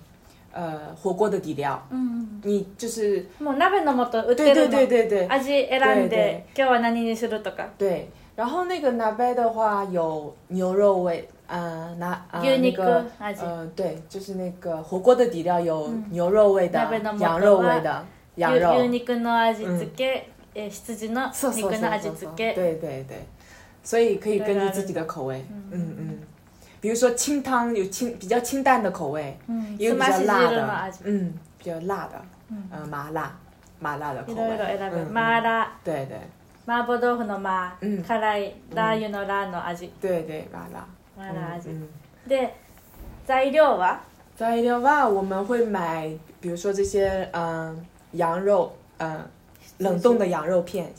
Speaker 3: 呃火锅的底料，
Speaker 1: うん
Speaker 3: 你就是
Speaker 1: もう鍋の素売って
Speaker 3: 对对
Speaker 1: る
Speaker 3: 对
Speaker 1: の
Speaker 3: 对对
Speaker 1: 味選ん
Speaker 3: 对对
Speaker 1: で今日は何にするとか
Speaker 3: 对。然后那个拿贝的话有牛肉味，呃，拿呃
Speaker 1: 牛
Speaker 3: 那
Speaker 1: 肉
Speaker 3: 个
Speaker 1: 味
Speaker 3: 呃对，就是那个火锅的底料有牛肉味的
Speaker 1: 那边的、摩托
Speaker 3: 羊肉
Speaker 1: 啊
Speaker 3: 味的、羊
Speaker 1: 牛牛
Speaker 3: 肉，
Speaker 1: 肉の味付け、えー羊の
Speaker 3: そうそうそう
Speaker 1: 肉の味付け
Speaker 3: 对对对，所以可以根据自己的口味，嗯嗯，比如说清汤有清比较清淡的口味，
Speaker 1: うん
Speaker 3: 也
Speaker 1: す
Speaker 3: 有比
Speaker 1: ま
Speaker 3: 较
Speaker 1: し汁
Speaker 3: 辣
Speaker 1: の
Speaker 3: 的
Speaker 1: 味，
Speaker 3: 嗯，比较辣的，
Speaker 1: 嗯
Speaker 3: 呃，麻辣麻辣的口
Speaker 1: いろい
Speaker 3: 味
Speaker 1: ろ選
Speaker 3: 嗯
Speaker 1: ぶ、
Speaker 3: 嗯
Speaker 1: 麻辣
Speaker 3: 对对
Speaker 1: 麻婆豆腐の麻、
Speaker 3: うん
Speaker 1: 辛いラー油のラーの味
Speaker 3: 对对麻辣
Speaker 1: 麻辣味、
Speaker 3: 嗯嗯
Speaker 1: で材料は
Speaker 3: 材料吧，我们会买，比如说这些嗯羊肉，嗯冷冻的羊肉片，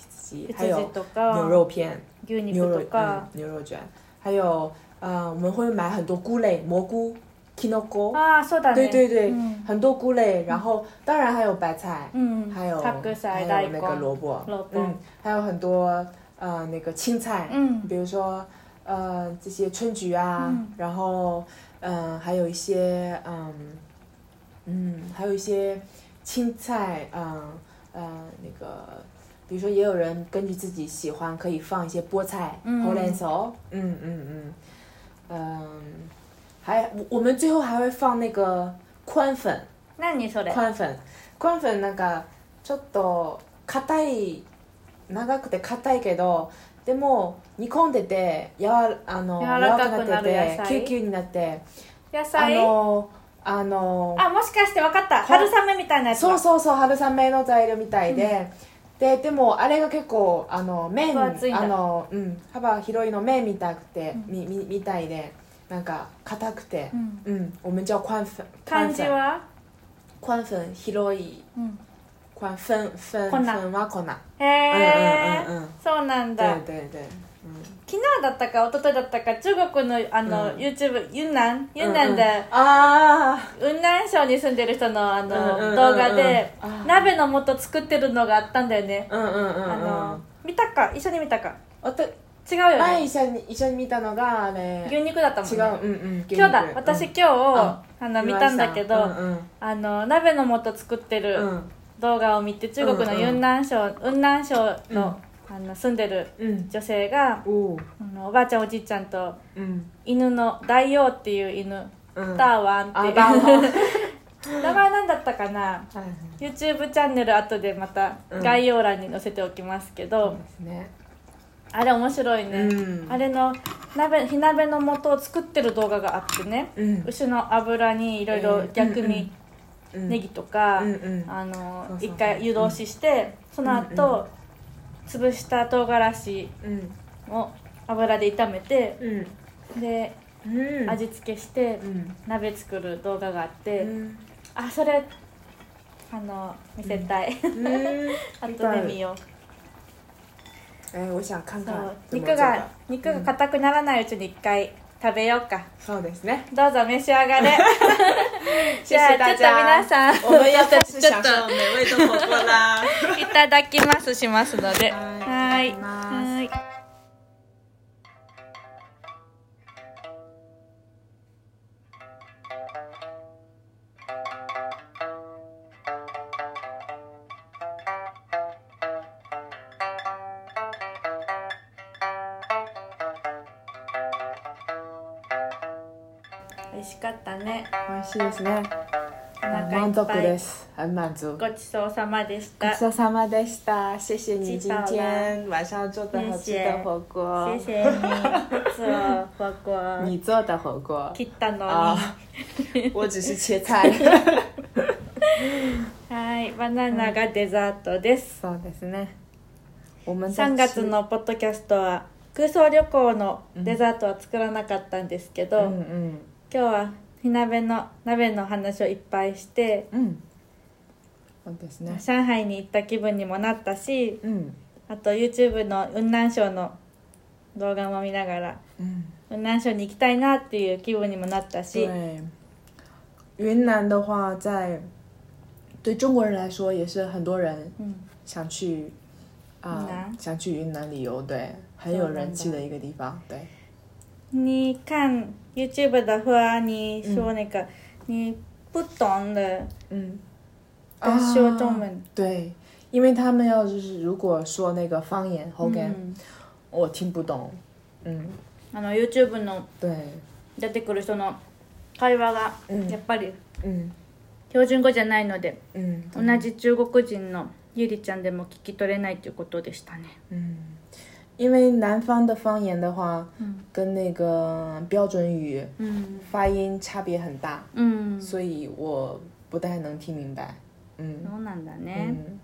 Speaker 3: 还
Speaker 1: 羊
Speaker 3: 有
Speaker 1: と
Speaker 3: 牛
Speaker 1: か
Speaker 3: 肉片，
Speaker 1: 牛
Speaker 3: 牛
Speaker 1: 肉
Speaker 3: 肉
Speaker 1: とか、
Speaker 3: 嗯、牛肉卷，还有呃，我们会买很多菇类，蘑菇、kinoko，、
Speaker 1: ああそうだ
Speaker 3: 对
Speaker 1: ね
Speaker 3: 对对，
Speaker 1: うん
Speaker 3: 很多菇类，然后当然还有白菜，
Speaker 1: うん
Speaker 3: 还有
Speaker 1: 白
Speaker 3: 还
Speaker 1: 菜大
Speaker 3: 有
Speaker 1: 根
Speaker 3: 那个萝卜，
Speaker 1: 萝卜
Speaker 3: 嗯，还有很多呃那个青菜，
Speaker 1: 嗯
Speaker 3: 比如说呃这些春菊啊，
Speaker 1: 嗯
Speaker 3: 然后嗯、呃、还有一些嗯嗯还有一些青菜，嗯呃那个。比如说，也有人根据自己喜欢，可以放一些菠菜、
Speaker 1: 嗯
Speaker 3: 红莲藕，嗯嗯嗯，嗯，还我我们最后还会放那个宽粉，
Speaker 1: 何それ
Speaker 3: 宽粉，宽粉なんかちょっと硬い長くて硬いけどでも煮込んでてやわあの
Speaker 1: 柔らかくなる
Speaker 3: 柔ら
Speaker 1: 野
Speaker 3: かくなって
Speaker 1: 菜
Speaker 3: てキュウキュウになって
Speaker 1: 野
Speaker 3: あ
Speaker 1: 菜あ
Speaker 3: のあの
Speaker 1: もしかして分かった
Speaker 3: ほ
Speaker 1: 春雨みたいなやつだ
Speaker 3: そうそうそう春雨の材料みたいで、ででもあれが結構あの麺
Speaker 1: 分厚いんだ
Speaker 3: あの、うん、幅広いの麺みたくて、みみみたいでなんか硬くて
Speaker 1: う、ん
Speaker 3: うん、我们叫宽粉
Speaker 1: 漢字は、
Speaker 3: 宽粉広い
Speaker 1: うん、
Speaker 3: 宽粉
Speaker 1: 粉
Speaker 3: 粉粉は
Speaker 1: へ
Speaker 3: 粉うんうん
Speaker 1: え、
Speaker 3: うんうん
Speaker 1: そうなんだ
Speaker 3: 对对对
Speaker 1: 昨日だったか一昨日だったか中国のあの、
Speaker 3: うん
Speaker 1: YouTube 雲南雲
Speaker 3: うん
Speaker 1: 南で、
Speaker 3: あ
Speaker 1: 雲南省に住んでる人のあの、
Speaker 3: うんうんうんうん
Speaker 1: 動画で、
Speaker 3: あー
Speaker 1: 鍋の素作ってるのがあったんだよね、
Speaker 3: あうんうんうんうん
Speaker 1: あの見たか一緒に見たか
Speaker 3: わた
Speaker 1: 違うよね
Speaker 3: 前一緒に一緒に見たのがあれ
Speaker 1: 牛肉だったもん
Speaker 3: 違
Speaker 1: ね
Speaker 3: ううんうん
Speaker 1: 今日だ私今日、
Speaker 3: うん
Speaker 1: あの見たんだけど、
Speaker 3: うんうん
Speaker 1: あの鍋の素作って
Speaker 3: う
Speaker 1: る
Speaker 3: ん
Speaker 1: 動画を見て中国の
Speaker 3: うんうん
Speaker 1: 雲南省、雲南省の,、あの住んでる
Speaker 3: うん
Speaker 1: 女性が、
Speaker 3: 哦
Speaker 1: あのおばあちゃんおじいちゃんと
Speaker 3: 嗯
Speaker 1: 犬の大王っていう犬、
Speaker 3: 嗯
Speaker 1: 大王って
Speaker 3: 啊
Speaker 1: いう、
Speaker 3: 大
Speaker 1: 名前なんだったかな YouTube チャンネル後でまた
Speaker 3: うん
Speaker 1: 概要欄に載せておきますけど、
Speaker 3: ね
Speaker 1: あれ面白いね、
Speaker 3: うん
Speaker 1: あれの鍋火鍋の素を作ってる動画があってね、
Speaker 3: 嗯
Speaker 1: 牛の油にいろいろ逆に
Speaker 3: 嗯
Speaker 1: ネギとか、
Speaker 3: 嗯嗯
Speaker 1: あの
Speaker 3: そうそう
Speaker 1: 一回湯通しして、その後、潰した唐辛子
Speaker 3: 嗯
Speaker 1: を油で炒めて
Speaker 3: 嗯
Speaker 1: で
Speaker 3: 嗯
Speaker 1: 味付けして
Speaker 3: 嗯
Speaker 1: 鍋作る動画があって、
Speaker 3: 嗯
Speaker 1: あそれあの見せた [laughs] い、
Speaker 3: 嗯
Speaker 1: [laughs] 後で見よう
Speaker 3: 哎我想看
Speaker 1: そ
Speaker 3: 看
Speaker 1: う
Speaker 3: 怎么
Speaker 1: 肉
Speaker 3: 做
Speaker 1: が
Speaker 3: 的
Speaker 1: 肉が硬くならないうちに一回食べようか
Speaker 3: そうですね
Speaker 1: どうぞ召し上が [laughs] れじゃあちょ
Speaker 3: 谢谢大
Speaker 1: っと
Speaker 3: 家
Speaker 1: 皆さん
Speaker 3: 我们要开始
Speaker 1: ちょっ
Speaker 3: 享
Speaker 1: と
Speaker 3: 受美味的火锅啦
Speaker 1: いただきますしますので
Speaker 3: は
Speaker 1: はい
Speaker 3: いいただきます
Speaker 1: はい美味しかったね。
Speaker 3: 美味しいですね
Speaker 1: お腹い
Speaker 3: 満
Speaker 1: っ
Speaker 3: 足
Speaker 1: ぱ
Speaker 3: で
Speaker 1: い。
Speaker 3: す很满足
Speaker 1: ごちそうさまでし
Speaker 3: ご
Speaker 1: た。
Speaker 3: ちそうさまでした。谢谢你
Speaker 1: 知
Speaker 3: 今
Speaker 1: 道了
Speaker 3: 天晚上做的好吃的火锅，
Speaker 1: 谢谢你做火锅，
Speaker 3: 你做的
Speaker 1: [laughs]
Speaker 3: 火锅
Speaker 1: 切ったの
Speaker 3: 啊
Speaker 1: に。，
Speaker 3: 我只是切菜。
Speaker 1: はい、バナナがデザートです。
Speaker 3: そうですね。我们在
Speaker 1: 3月のポッドキャストは空想旅行のデザートは作らなかったんですけど、
Speaker 3: 吃嗯
Speaker 1: 今日は火鍋の鍋の話をいっぱいして、
Speaker 3: 嗯嗯，そうですね。
Speaker 1: 上海に行った気分にもなったし、
Speaker 3: 嗯
Speaker 1: あと YouTube の雲南省の動画も見ながら、
Speaker 3: 嗯，
Speaker 1: 雲南省に行きたいなっていう気分にもなったし、
Speaker 3: 对。云南的话，在对中国人来说，也是很多人
Speaker 1: うん、
Speaker 3: 想去
Speaker 1: 云
Speaker 3: 啊、
Speaker 1: 南
Speaker 3: 想去云南旅游，对，很有人气的一个地方，对。
Speaker 1: 你看 YouTube 的话，你说那个、你不懂的，
Speaker 3: 嗯，
Speaker 1: 但说中文，
Speaker 3: 对，因为他们要就是如果说那个方言 h o
Speaker 1: うん
Speaker 3: 我听不懂。嗯，
Speaker 1: あの YouTube の
Speaker 3: 对，
Speaker 1: 出てくる人の会話が
Speaker 3: うん
Speaker 1: やっぱり
Speaker 3: 嗯
Speaker 1: 標準語じゃないので、
Speaker 3: 嗯
Speaker 1: 同じ中国人のゆりちゃんでも聞き取れないということでしたね。
Speaker 3: 嗯，因为南方的方言的话，跟那个标准语
Speaker 1: うん、
Speaker 3: 发音差别很大，
Speaker 1: うん、そ
Speaker 3: 所以我不太能听明白。嗯
Speaker 1: うなんだね。
Speaker 3: 嗯，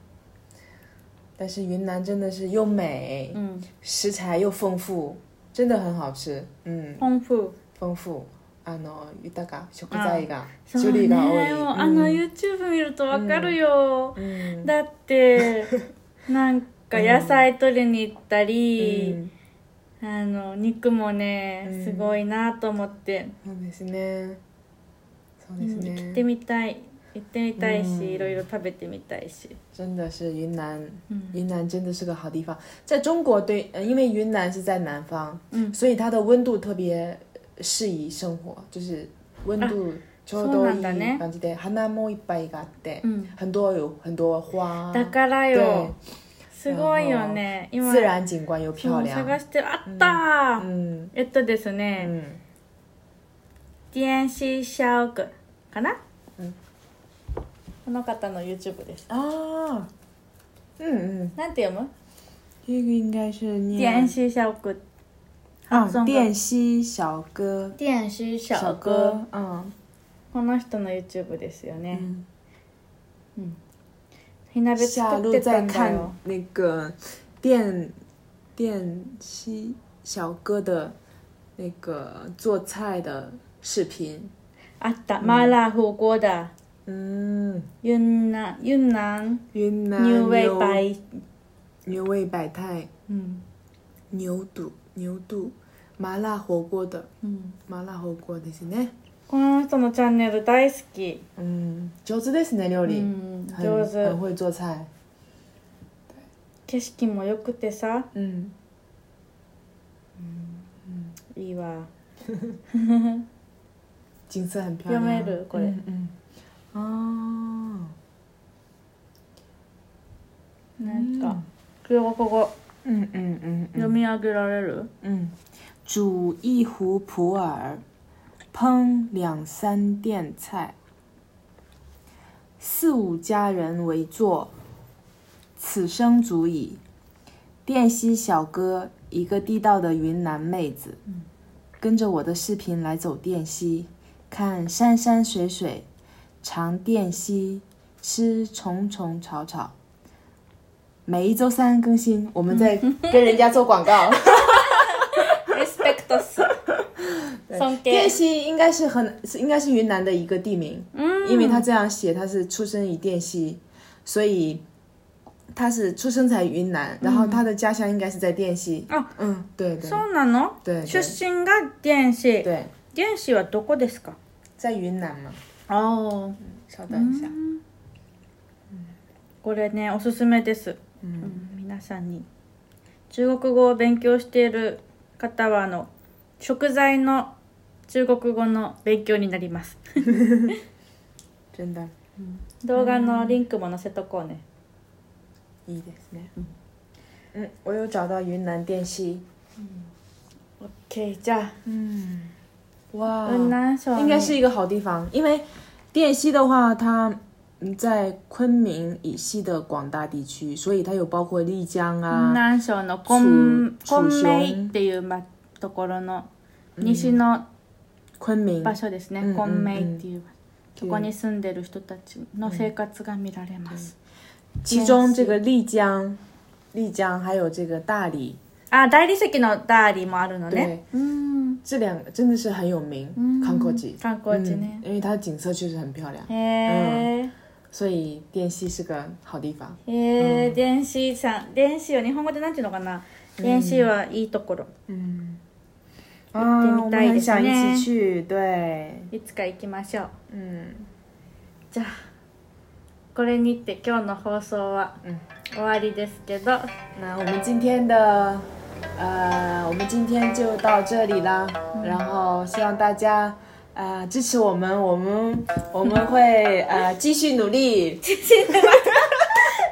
Speaker 3: 但是云南真的是又美，
Speaker 1: うん、
Speaker 3: 食材又丰富，真的很好吃。嗯。
Speaker 1: 本風。
Speaker 3: 丰富啊あの豊か食材が
Speaker 1: そう
Speaker 3: 種類
Speaker 1: ね、
Speaker 3: が多い、
Speaker 1: もう
Speaker 3: うん
Speaker 1: あの YouTube 見るとわかるよ。
Speaker 3: うん
Speaker 1: だ
Speaker 3: [laughs]
Speaker 1: って、なんか野菜取りに行ったり。
Speaker 3: うん
Speaker 1: あの肉もね
Speaker 3: うん
Speaker 1: すごいなと思って、
Speaker 3: そうですねそうです
Speaker 1: うん行って
Speaker 3: ね
Speaker 1: みたい行ってみたいし、
Speaker 3: うん
Speaker 1: いろいろ食べてみたいし、
Speaker 3: 真的是云南
Speaker 1: うん
Speaker 3: 云南真的是个好地方在中国对呃因为云南是在南方
Speaker 1: うん、
Speaker 3: 所以它的温度特别适宜生活就是温度ちょう
Speaker 1: 啊そう
Speaker 3: ど
Speaker 1: ないん
Speaker 3: い
Speaker 1: だね
Speaker 3: 感じで花もいっぱいがあって
Speaker 1: うん
Speaker 3: 很多有很多花
Speaker 1: だから
Speaker 3: 对
Speaker 1: よすごいよね今
Speaker 3: 自然景观又漂
Speaker 1: そう
Speaker 3: 亮
Speaker 1: 探してあったー、
Speaker 3: 嗯
Speaker 1: えっとですね、
Speaker 3: 嗯
Speaker 1: 電子シャオクかな、
Speaker 3: うん
Speaker 1: この方の YouTube です
Speaker 3: 啊嗯嗯
Speaker 1: なんて読む
Speaker 3: 这个应该是念
Speaker 1: 電子シャオク
Speaker 3: 啊
Speaker 1: 送，歌
Speaker 3: 电西小哥，
Speaker 1: 電子シャ
Speaker 3: 小
Speaker 1: オク
Speaker 3: 哥，嗯
Speaker 1: この人の YouTube ですよね、
Speaker 3: 嗯。
Speaker 1: 火鍋
Speaker 3: 下
Speaker 1: 作っ
Speaker 3: 路
Speaker 1: てた
Speaker 3: 在
Speaker 1: んだ
Speaker 3: 看
Speaker 1: よ
Speaker 3: 那个电电西小哥的那个做菜的视频，
Speaker 1: あった麻辣火锅だ
Speaker 3: 嗯，
Speaker 1: 云南云南
Speaker 3: 云南
Speaker 1: 牛尾
Speaker 3: 牛
Speaker 1: 白
Speaker 3: 牛尾百态
Speaker 1: 嗯
Speaker 3: 牛肚牛肚麻辣火锅的
Speaker 1: うん
Speaker 3: 麻辣火锅ですね。
Speaker 1: この人のチャンネル大好き、
Speaker 3: 嗯，上手ですね料
Speaker 1: う
Speaker 3: 理，
Speaker 1: ん、
Speaker 3: 很
Speaker 1: 上手
Speaker 3: 很会做菜。
Speaker 1: 景色も良くてさ
Speaker 3: 嗯
Speaker 1: いいわ
Speaker 3: 景色很漂
Speaker 1: 読
Speaker 3: 亮。嗯哦
Speaker 1: めるこれ、
Speaker 3: うんうん。あ
Speaker 1: なんか中国語
Speaker 3: あ。嗯嗯嗯
Speaker 1: 読み上げられる、
Speaker 3: 嗯。煮一壶普洱，烹两三垫菜，四五家人围坐，此生足矣。滇西小哥，一个地道的云南妹子，跟着我的视频来走滇西，看山山水水，尝滇西，吃重重吵吵。每一周三更新，我们在跟人家做广告。
Speaker 1: リスペクト [laughs] ス尊
Speaker 3: 滇
Speaker 1: 敬
Speaker 3: 西应该是河南，是应该是云南的一个地名，嗯，因为他这样写，他是出生于滇西，所以他是出生在云南，然后他的家乡应该是在滇西。
Speaker 1: 嗯
Speaker 3: 嗯，对对
Speaker 1: そうなの
Speaker 3: 对
Speaker 1: 出
Speaker 3: 对
Speaker 1: 身が電子
Speaker 3: 对，
Speaker 1: 電子はどこですか
Speaker 3: 在云南嘛。
Speaker 1: ああ
Speaker 3: 稍等一下，
Speaker 1: これねおすすめです、
Speaker 3: 嗯
Speaker 1: うん皆さんに中国語を勉強している方はあの食材の中国語の勉強になります
Speaker 3: 真的，
Speaker 1: 動画のリンクも載せとこうね
Speaker 3: いいですね。嗯，我有找到云南滇西。
Speaker 1: OK じゃ
Speaker 3: 嗯，哇
Speaker 1: あ雲南省
Speaker 3: 应该是一个好地方，因为滇西的话，它嗯在昆明以西的广大地区，所以它有包括丽江
Speaker 1: 雲
Speaker 3: 啊，
Speaker 1: 南省の昆
Speaker 3: 楚
Speaker 1: 昆
Speaker 3: 楚
Speaker 1: 明
Speaker 3: 雄
Speaker 1: っていう、ま、ところの西の
Speaker 3: 昆明
Speaker 1: 場所ですね、
Speaker 3: うん
Speaker 1: 昆
Speaker 3: うんう
Speaker 1: 明
Speaker 3: ん
Speaker 1: っていうそこに住んでる人たちの生活が見られます、
Speaker 3: 其中这个丽江，丽江还有这个大理，
Speaker 1: あ大理石のダーリもあるのね
Speaker 3: 对，
Speaker 1: うん
Speaker 3: 这两个真的是很有名。嗯康阔吉，
Speaker 1: 観光地ね、
Speaker 3: 因为它的景色确实很漂亮，
Speaker 1: へー
Speaker 3: 所以滇西是个好地方。
Speaker 1: へえ電子さん電子は日本語でなんていうのかな電子はいいところ
Speaker 3: 嗯，
Speaker 1: 行
Speaker 3: 啊，
Speaker 1: って
Speaker 3: 我
Speaker 1: みたい
Speaker 3: 们
Speaker 1: で
Speaker 3: 很
Speaker 1: す
Speaker 3: 想一
Speaker 1: ね
Speaker 3: 起去，对，
Speaker 1: いつか行きましょう
Speaker 3: 嗯。
Speaker 1: じゃあこれにて今日の放送は
Speaker 3: うん
Speaker 1: 終わりですけど、
Speaker 3: 那我们今天的，呃，我们今天就到这里啦。然后希望大家，呃，支持我们，我们我们会呃继续努力，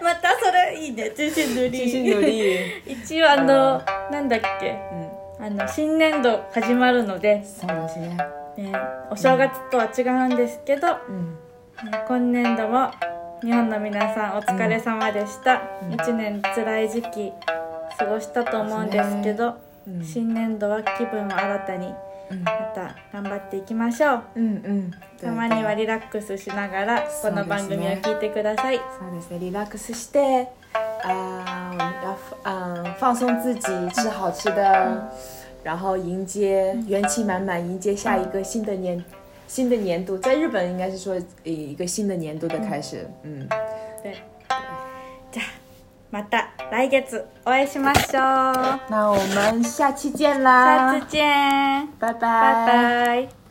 Speaker 1: またそれいいね自信塗
Speaker 3: 继续努
Speaker 1: り [laughs]
Speaker 3: 力。
Speaker 1: 一応あのなんだっけ
Speaker 3: 嗯，
Speaker 1: あの新年度始まるので、
Speaker 3: そうですね。
Speaker 1: ね、お正月とは違うんですけど、
Speaker 3: 嗯，
Speaker 1: ね今年度も日本の皆さんお疲れ様でした、一年辛い時期過ごしたと思うんですけど、
Speaker 3: 嗯
Speaker 1: 新年度は気分を新たに
Speaker 3: 嗯
Speaker 1: また頑張っていきましょう
Speaker 3: 嗯嗯，
Speaker 1: たまにはリラックスしながらこの番組を聞いてください、
Speaker 3: そうですね。リラックスして，啊、我们要嗯、放松自己，吃好吃的，然后迎接元气满满，迎接下一个新的年，新的年度。在日本应该是说呃一个新的年度的开始。嗯，
Speaker 1: でじゃあまた来月お会いしましょう
Speaker 3: 那我们下期见
Speaker 1: 下
Speaker 3: 啦
Speaker 1: 次，见
Speaker 3: 拜拜，
Speaker 1: 拜拜